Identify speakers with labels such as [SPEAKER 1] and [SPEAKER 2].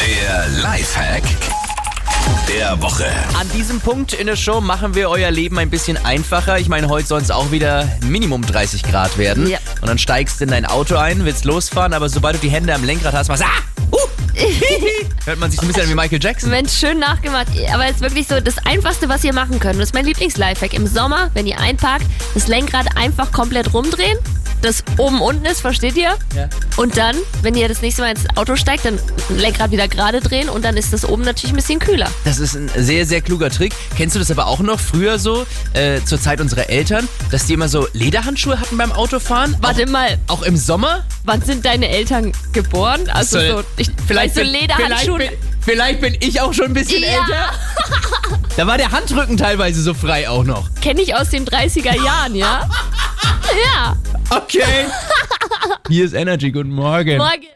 [SPEAKER 1] Der Lifehack der Woche.
[SPEAKER 2] An diesem Punkt in der Show machen wir euer Leben ein bisschen einfacher. Ich meine, heute sollen es auch wieder Minimum 30 Grad werden.
[SPEAKER 3] Ja.
[SPEAKER 2] Und dann steigst du in dein Auto ein, willst losfahren, aber sobald du die Hände am Lenkrad hast, machst du ah, uh, hört man sich so ein bisschen an wie Michael Jackson.
[SPEAKER 3] Mensch, schön nachgemacht. Aber es ist wirklich so das Einfachste, was ihr machen könnt. Und das ist mein Lieblings-Lifehack. Im Sommer, wenn ihr einparkt, das Lenkrad einfach komplett rumdrehen. Das oben unten ist, versteht ihr?
[SPEAKER 2] Ja.
[SPEAKER 3] Und dann, wenn ihr das nächste Mal ins Auto steigt, dann Lenkrad wieder gerade drehen und dann ist das oben natürlich ein bisschen kühler.
[SPEAKER 2] Das ist ein sehr, sehr kluger Trick. Kennst du das aber auch noch früher so, äh, zur Zeit unserer Eltern, dass die immer so Lederhandschuhe hatten beim Autofahren?
[SPEAKER 3] Warte mal,
[SPEAKER 2] Auch, auch im Sommer?
[SPEAKER 3] wann sind deine Eltern geboren? Also
[SPEAKER 2] Soll-
[SPEAKER 3] so, ich,
[SPEAKER 2] vielleicht,
[SPEAKER 3] so
[SPEAKER 2] bin, vielleicht,
[SPEAKER 3] Lederhandschuhe.
[SPEAKER 2] bin, vielleicht bin ich auch schon ein bisschen
[SPEAKER 3] Ja.
[SPEAKER 2] älter. Da war der Handrücken teilweise so frei auch noch.
[SPEAKER 3] Kenne ich aus den 30er Jahren, ja? ja,
[SPEAKER 2] Okay. Hier ist Energy. Guten Morgen.
[SPEAKER 3] morgen.